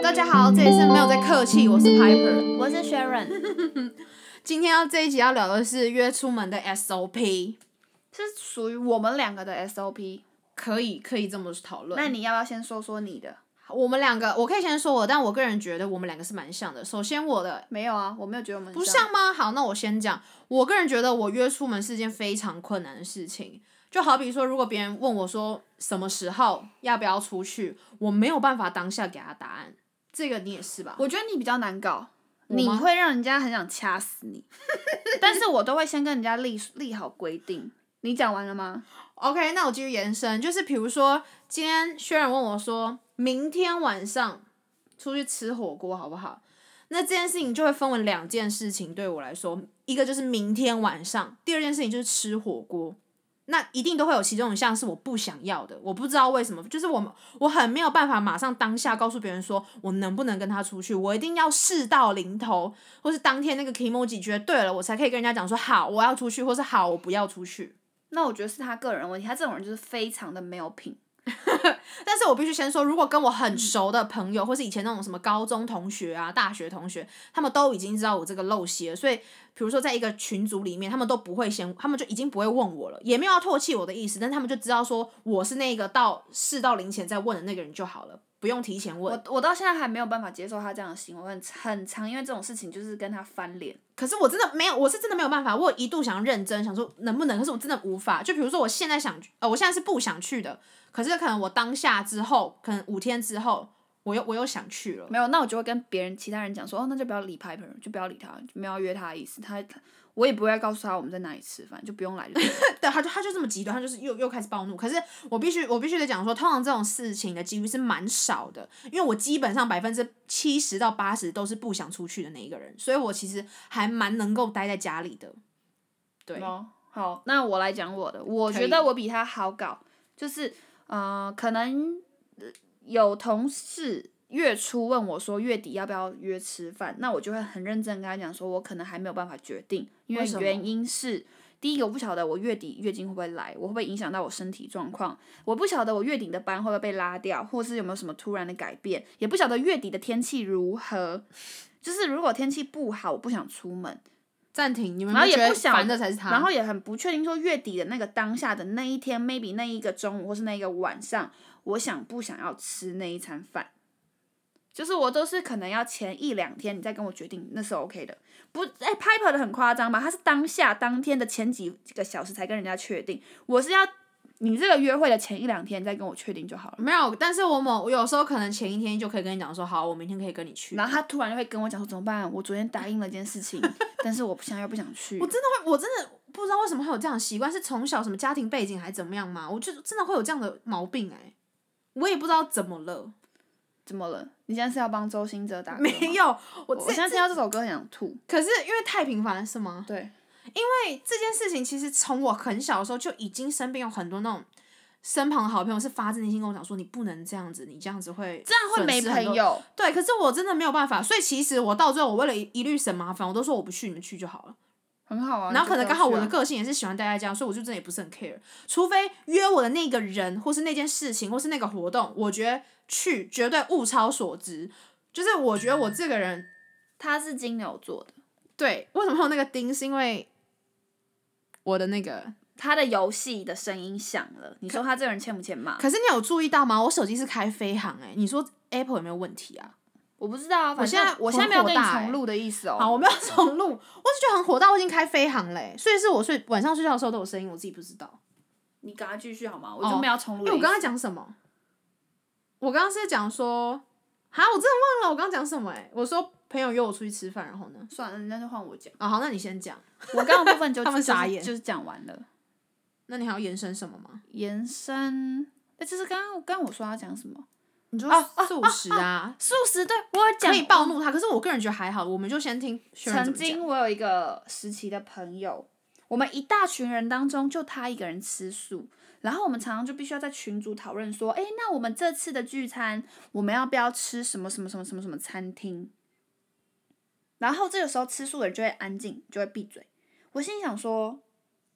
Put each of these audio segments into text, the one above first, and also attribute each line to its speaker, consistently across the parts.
Speaker 1: 这一次没有在客气，我是 Piper。
Speaker 2: 我是 Sharon，
Speaker 1: 今天要这一集要聊的是约出门的 SOP，
Speaker 2: 是属于我们两个的 SOP。
Speaker 1: 可以可以这么讨论。
Speaker 2: 那你要不要先说说你的？
Speaker 1: 我们两个，我可以先说我，但我个人觉得我们两个是蛮像的。首先我的
Speaker 2: 没有啊，我没有觉得我们
Speaker 1: 不像吗？好，那我先讲。我个人觉得我约出门是件非常困难的事情。就好比说，如果别人问我说什么时候要不要出去，我没有办法当下给他答案。这个你也是吧？
Speaker 2: 我觉得你比较难搞，
Speaker 1: 我
Speaker 2: 你
Speaker 1: 吗
Speaker 2: 会让人家很想掐死 你。但是我都会先跟人家立立好规定。你讲完了吗？
Speaker 1: OK，那我继续延伸，就是比如说，今天轩然问我说，明天晚上出去吃火锅好不好？那这件事情就会分为两件事情，对我来说，一个就是明天晚上，第二件事情就是吃火锅。那一定都会有其中一项是我不想要的，我不知道为什么，就是我我很没有办法马上当下告诉别人说我能不能跟他出去，我一定要事到临头，或是当天那个 emoji 觉得对了，我才可以跟人家讲说好我要出去，或是好我不要出去。
Speaker 2: 那我觉得是他个人问题，他这种人就是非常的没有品。
Speaker 1: 但是我必须先说，如果跟我很熟的朋友，或是以前那种什么高中同学啊、大学同学，他们都已经知道我这个陋习了，所以比如说在一个群组里面，他们都不会先，他们就已经不会问我了，也没有要唾弃我的意思，但他们就知道说我是那个到事到临前再问的那个人就好了，不用提前问。
Speaker 2: 我我到现在还没有办法接受他这样的行为，我很很常因为这种事情就是跟他翻脸。
Speaker 1: 可是我真的没有，我是真的没有办法。我有一度想要认真想说能不能，可是我真的无法。就比如说我现在想去，呃，我现在是不想去的，可是可能我当下之后，可能五天之后，我又我又想去了。
Speaker 2: 没有，那我就会跟别人其他人讲说，哦，那就不要理 Piper，就不要理他，就没有要约他的意思。他他我也不会告诉他我们在哪里吃饭，就不用来就对了。
Speaker 1: 对，他就他就这么极端，他就是又又开始暴怒。可是我必须我必须得讲说，通常这种事情的几率是蛮少的，因为我基本上百分之七十到八十都是不想出去的那一个人，所以我其实还蛮能够待在家里的。对，
Speaker 2: 哦，好，那我来讲我的，我
Speaker 1: 可
Speaker 2: 觉
Speaker 1: 以
Speaker 2: 得我比他好搞，就是呃，可能呃有同事月初问我说月底要不要约吃饭，那我就会很认真跟他讲说，我可能还没有办法决定，因
Speaker 1: 为什么
Speaker 2: 原因是。第一个，我不晓得我月底月经会不会来，我会不会影响到我身体状况？我不晓得我月底的班会不会被拉掉，或是有没有什么突然的改变，也不晓得月底的天气如何。就是如果天气不好，我不想出门，
Speaker 1: 暂停，你们
Speaker 2: 然后
Speaker 1: 有没有觉
Speaker 2: 也不
Speaker 1: 得
Speaker 2: 晓
Speaker 1: 烦
Speaker 2: 得
Speaker 1: 的才是他。
Speaker 2: 然后也很不确定说月底的那个当下的那一天，maybe 那一个中午或是那一个晚上，我想不想要吃那一餐饭。就是我都是可能要前一两天你再跟我决定，那是 OK 的。不，哎、p i p e r 的很夸张吧？他是当下当天的前几个小时才跟人家确定，我是要你这个约会的前一两天你再跟我确定就好了。
Speaker 1: 没有，但是我某我有时候可能前一天就可以跟你讲说，好，我明天可以跟你去。
Speaker 2: 然后他突然就会跟我讲说怎么办？我昨天答应了一件事 情，但是我不想要，不想去。
Speaker 1: 我真的会，我真的不知道为什么会有这样的习惯，是从小什么家庭背景还怎么样吗？我就真的会有这样的毛病哎、我也不知道怎么了，
Speaker 2: 怎么了？你现在是要帮周兴哲打歌吗？
Speaker 1: 没有，我
Speaker 2: 我
Speaker 1: 这
Speaker 2: 现在听到这首歌很想吐。
Speaker 1: 可是因为太频繁了，是吗？
Speaker 2: 对，
Speaker 1: 对，这件事情其实从我很小的时候就已经身边有很多那种身旁的好朋友是发自内心跟我讲说，你不能这样子，你这样子会
Speaker 2: 这样会没
Speaker 1: 损失很
Speaker 2: 朋
Speaker 1: 多。
Speaker 2: 友。
Speaker 1: 对，可是我真的没有办法，所以其实我到最后，我为了一一律省麻烦，我都说我不去，你们去就好了。
Speaker 2: 很好啊，
Speaker 1: 然后可能刚好我的
Speaker 2: 个
Speaker 1: 个性也是喜欢待在家，所以我就真的也不是很 care。除非约我的那个人，或是那件事情，或是那个活动，我觉得去绝对物超所值。就是我觉得我这个人
Speaker 2: 他是金牛座的，
Speaker 1: 对，为什么会有那个钉？是因为我的那个。
Speaker 2: 他的游戏的声音响了，你说他这个人欠不欠骂？
Speaker 1: 可是你有注意到吗？我手机是开飞行哎、你说 Apple 有没有问题啊？
Speaker 2: 我不知道啊，
Speaker 1: 我
Speaker 2: 反
Speaker 1: 现
Speaker 2: 正
Speaker 1: 在
Speaker 2: 我现在没有跟你
Speaker 1: 很火大欸
Speaker 2: 重录的意思哦。
Speaker 1: 好，我没有重录，我是觉得很火大，我已经开飞行嘞、所以是我睡晚上睡觉的时候都有声音，我自己不知道。
Speaker 2: 你赶快继续好吗？我
Speaker 1: 哦
Speaker 2: 就没有重录
Speaker 1: 哎、
Speaker 2: 的意
Speaker 1: 我
Speaker 2: 思。
Speaker 1: 刚刚讲什么？我刚刚是在讲说，哈，我真的忘了我刚刚讲什么哎、我说朋友约我出去吃饭，然后呢？
Speaker 2: 算了，那就换我讲。
Speaker 1: 啊、好，那你先讲。
Speaker 2: 我刚刚的部 分就
Speaker 1: 他们
Speaker 2: 就是
Speaker 1: 傻眼
Speaker 2: 就是讲完了。
Speaker 1: 那你还要延伸什么吗？
Speaker 2: 延伸，哎，这是刚刚刚刚我说要讲什么？
Speaker 1: 你说
Speaker 2: 哦
Speaker 1: 素食啊，嗯
Speaker 2: 素食，对我有讲
Speaker 1: 可以暴怒他，可是我个人觉得还好，我们就先听轩然怎
Speaker 2: 曾
Speaker 1: 么讲。
Speaker 2: 经我有一个时期的朋友，我们一大群人当中就他一个人吃素，然后我们常常就必须要在群组讨论说，诶，那我们这次的聚餐，我们要不要吃什么什么什么什么什么餐厅？然后这个时候吃素的人就会安静，就会闭嘴。我心里想说，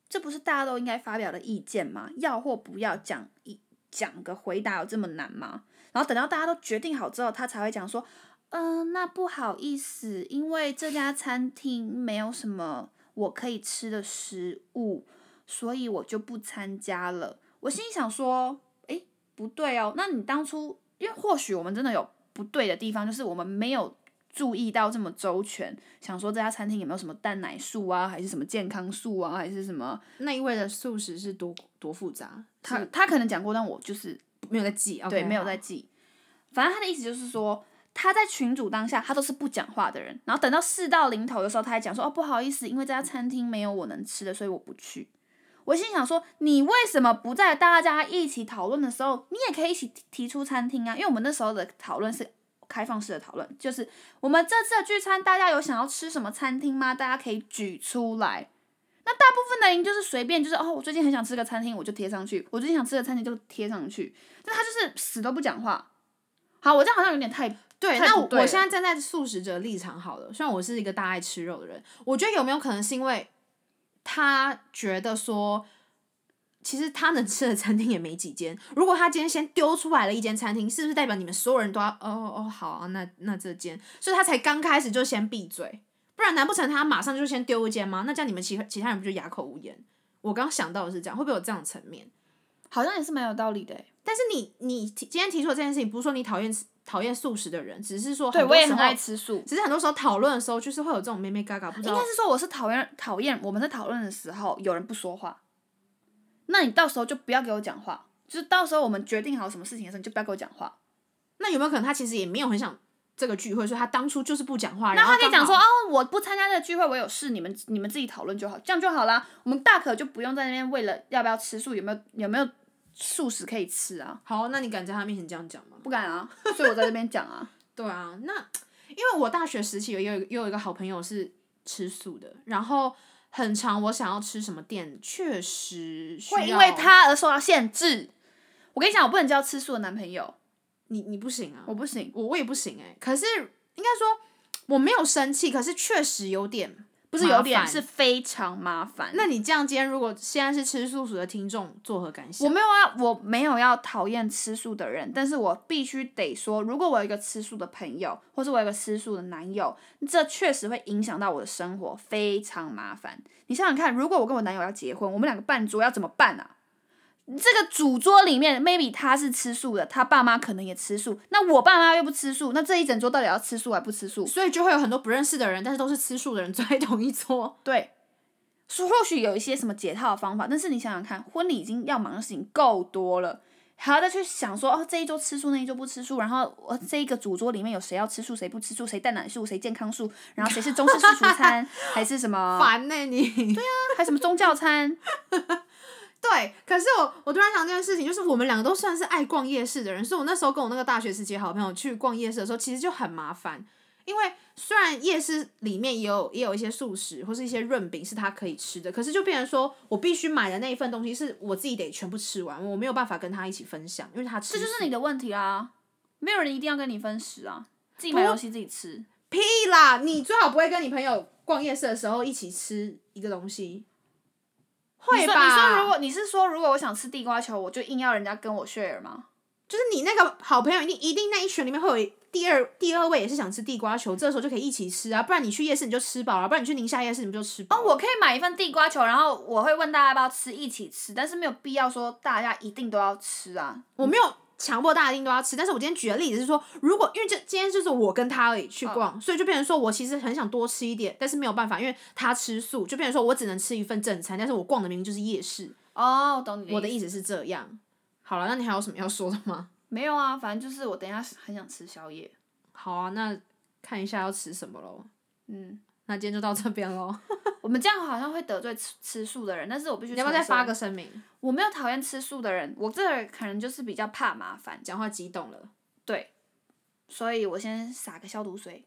Speaker 2: 这不是大家都应该发表的意见吗？要或不要讲一讲个回答有这么难吗？然后等到大家都决定好之后，他才会讲说，嗯、那不好意思，因为这家餐厅没有什么我可以吃的食物，所以我就不参加了。我心里想说，诶，不对哦，那你当初，因为或许我们真的有不对的地方，就是我们没有注意到这么周全，想说这家餐厅有没有什么蛋奶素啊，还是什么健康素啊，还是什么？
Speaker 1: 那一位的素食是多多复杂，
Speaker 2: 他他可能讲过，但我就是
Speaker 1: 没有在记，
Speaker 2: 对，没有
Speaker 1: 在。
Speaker 2: 在记。反正他的意思就是说，他在群主当下他都是不讲话的人，然后等到事到临头的时候，他还讲说：“哦，不好意思，因为这家餐厅没有我能吃的，所以我不去。”我心想说，你为什么不在大家一起讨论的时候，你也可以一起提提出餐厅啊？因为我们那时候的讨论是开放式的讨论，就是我们这次的聚餐，大家有想要吃什么餐厅吗？大家可以举出来。那大部分的人就是随便，就是哦，我最近很想吃个餐厅，我就贴上去；我最近想吃个餐厅就贴上去。但他就是死都不讲话。好，我这样好像有点太
Speaker 1: 对，
Speaker 2: 太
Speaker 1: 那
Speaker 2: 不
Speaker 1: 我
Speaker 2: 对
Speaker 1: 我
Speaker 2: 了
Speaker 1: 现在站在素食者立场好了，虽然我是一个大爱吃肉的人，我觉得有没有可能是因为他觉得说，其实他能吃的餐厅也没几间，如果他今天先丢出来了一间餐厅，是不是代表你们所有人都要哦哦好啊，那那这间，所以他才刚开始就先闭嘴，不然难不成他马上就先丢一间吗？那这样你们其其他人不就哑口无言？我刚想到的是这样，会不会有这样的层面？
Speaker 2: 好像也是蛮有道理的欸。
Speaker 1: 但是你你提今天提出的这件事情，不是说你讨厌吃讨厌素食的人，只是说
Speaker 2: 对，
Speaker 1: 很多
Speaker 2: 我也
Speaker 1: 时
Speaker 2: 很
Speaker 1: 候
Speaker 2: 爱吃素。
Speaker 1: 只是很多时候讨论的时候，就是会有这种咩咩嘎嘎，不知
Speaker 2: 应
Speaker 1: 道
Speaker 2: 该是说我是讨厌讨厌我们在讨论的时候有人不说话，那你到时候就不要给我讲话，就是到时候我们决定好什么事情的时候，你就不要给我讲话。
Speaker 1: 那有没有可能他其实也没有很想这个聚会，所以他当初就是不讲话，
Speaker 2: 那
Speaker 1: 然后
Speaker 2: 他可以
Speaker 1: 刚
Speaker 2: 讲
Speaker 1: 好
Speaker 2: 说哦，我不参加这个聚会，我有事，你们你们自己讨论就好，这样就好啦。我们大可就不用在那边为了要不要吃素，有没有有没有素食可以吃啊？
Speaker 1: 好，那你敢在他面前这样讲吗？
Speaker 2: 不敢啊，所以我在这边讲啊。
Speaker 1: 对啊，那因为我大学时期有也有也有一个好朋友是吃素的，然后很长我想要吃什么店，确实需要
Speaker 2: 会因为他而受到限制。我跟你讲，我不能交吃素的男朋友，
Speaker 1: 你你不行啊，
Speaker 2: 我不行。
Speaker 1: 我我也不行哎、可是应该说我没有生气，可是确实有点
Speaker 2: 不是有
Speaker 1: 麻
Speaker 2: 点
Speaker 1: 烦
Speaker 2: 是非常麻烦。
Speaker 1: 那你这样，今天如果现在是吃素食的听众，作何感想？
Speaker 2: 我没有啊，我没有要讨厌吃素的人，但是我必须得说，如果我有一个吃素的朋友，或是我有一个吃素的男友，这确实会影响到我的生活，非常麻烦。你想想看，如果我跟我男友要结婚，我们两个办桌要怎么办啊？这个主桌里面，maybe 他是吃素的，他爸妈可能也吃素，那我爸妈又不吃素，那这一整桌到底要吃素还不吃素？
Speaker 1: 所以就会有很多不认识的人，但是都是吃素的人坐在同一 桌。
Speaker 2: 对，说或许有一些什么解套的方法，但是你想想看，婚礼已经要忙的事情够多了，还要再去想说哦，这一桌吃素，那一桌不吃素，然后呃这一个主桌里面有谁要吃素，谁不吃素，谁蛋奶素，谁健康素，然后谁是中式素食餐，还是什么，
Speaker 1: 烦呢、你。对啊，
Speaker 2: 还什么宗教餐，
Speaker 1: 对。可是我我突然想这件事情，就是我们两个都算是爱逛夜市的人，所以我那时候跟我那个大学时期的好朋友去逛夜市的时候，其实就很麻烦。因为虽然夜市里面也有也有一些素食或是一些润饼是他可以吃的，可是就变成说我必须买的那一份东西是我自己得全部吃完，我没有办法跟他一起分享，因为他吃
Speaker 2: 这
Speaker 1: 素。
Speaker 2: 就是你的问题啊，没有人一定要跟你分食啊，自己买
Speaker 1: 不
Speaker 2: 东西自己吃。
Speaker 1: 屁啦！你最好不会跟你朋友逛夜市的时候一起吃一个东西，
Speaker 2: 你
Speaker 1: 会
Speaker 2: 说
Speaker 1: 吧？
Speaker 2: 你说如果你是说如果我想吃地瓜球，我就硬要人家跟我 share 吗？
Speaker 1: 就是你那个好朋友，一定一定那一群里面会有第二第二位也是想吃地瓜球，这时候就可以一起吃啊，不然你去夜市你就吃饱了，不然你去宁夏夜市你不就吃饱
Speaker 2: 哦，
Speaker 1: 了？
Speaker 2: 我可以买一份地瓜球，然后我会问大家要不要吃，一起吃，但是没有必要说大家一定都要吃啊。
Speaker 1: 我没有嗯强迫大家一定都要吃，但是我今天举的例子是说，如果因为这今天就是我跟他而已去逛，所以就变成说我其实很想多吃一点，但是没有办法，因为他吃素，就变成说我只能吃一份正餐，但是我逛的明明就是夜市，
Speaker 2: 哦，懂你
Speaker 1: 我的
Speaker 2: 意
Speaker 1: 意思是这样。好了，那你还有什么要说的吗？
Speaker 2: 没有啊，反正就是我等一下很想吃宵夜。
Speaker 1: 好啊，那啊看一下要吃什么喽。
Speaker 2: 嗯，
Speaker 1: 那今天就到这边 喽。
Speaker 2: 我们这样好像会得罪吃吃素的人，但是我必须
Speaker 1: 你要不要再
Speaker 2: 重申
Speaker 1: 发个？声明？
Speaker 2: 我没有讨厌吃素的人，我这个人可能就是比较怕麻烦，
Speaker 1: 讲话激动了，
Speaker 2: 对，所以我先撒个消毒水。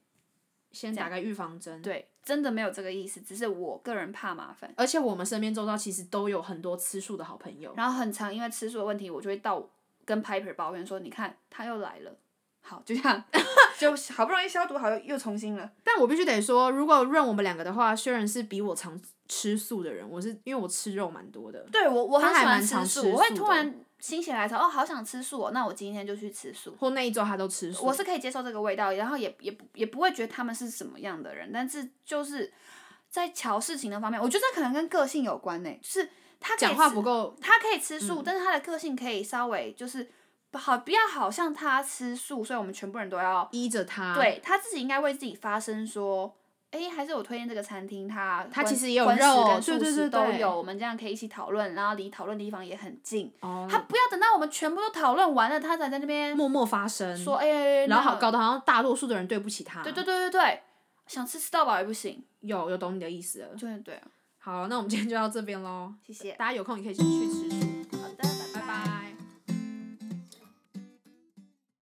Speaker 1: 先打个预防针。，
Speaker 2: 对，真的没有这个意思，只是我个人怕麻烦。
Speaker 1: 而且我们身边周遭其实都有很多吃素的好朋友。
Speaker 2: 然后很常因为吃素的问题，我就会到跟 Piper 抱怨说：“你看他又来了。”好，就这样， 就好不容易消毒好，又又重新了。
Speaker 1: 但我必须得说，如果论我们两个的话，虽然是比我常吃素的人，我是因为我吃肉蛮多的。
Speaker 2: 对我，我很
Speaker 1: 他还
Speaker 2: 喜欢
Speaker 1: 蛮常
Speaker 2: 吃素，
Speaker 1: 吃
Speaker 2: 我会
Speaker 1: 素
Speaker 2: 突
Speaker 1: 的
Speaker 2: 然心血来潮，哦，好想吃素、哦，那我今天就去吃素。
Speaker 1: 或那一周他都吃素。
Speaker 2: 我是可以接受这个味道，然后也也不也不会觉得他们是什么样的人，但是就是在瞧事情的方面，我觉得这可能跟个性有关呢、就是他可以
Speaker 1: 讲话
Speaker 2: 吃
Speaker 1: 不够，嗯
Speaker 2: 他可以吃素，但是他的个性可以稍微就是不好，不要好像他吃素，所以我们全部人都要
Speaker 1: 依着他。，
Speaker 2: 对他自己应该为自己发声说。哎，还是我推荐这个餐厅，它
Speaker 1: 它
Speaker 2: 荤
Speaker 1: 其实也有
Speaker 2: 荤食
Speaker 1: 肉
Speaker 2: 跟
Speaker 1: 对
Speaker 2: 素
Speaker 1: 对
Speaker 2: 食
Speaker 1: 对
Speaker 2: 都
Speaker 1: 对
Speaker 2: 有，我们这样可以一起讨论，然后离讨论的地方也很近。
Speaker 1: 哦，
Speaker 2: 他不要等到我们全部都讨论完了，他才在那边
Speaker 1: 默默发声，
Speaker 2: 说哎，
Speaker 1: 然后
Speaker 2: 那
Speaker 1: 好搞得好像大多数的人对不起他。
Speaker 2: 对对对对对，想吃吃到饱也不行。
Speaker 1: 有有懂你的意思了。
Speaker 2: 对对对啊，
Speaker 1: 好，那我们今天就到这边喽。
Speaker 2: 谢谢。
Speaker 1: 大家有空也可以去吃。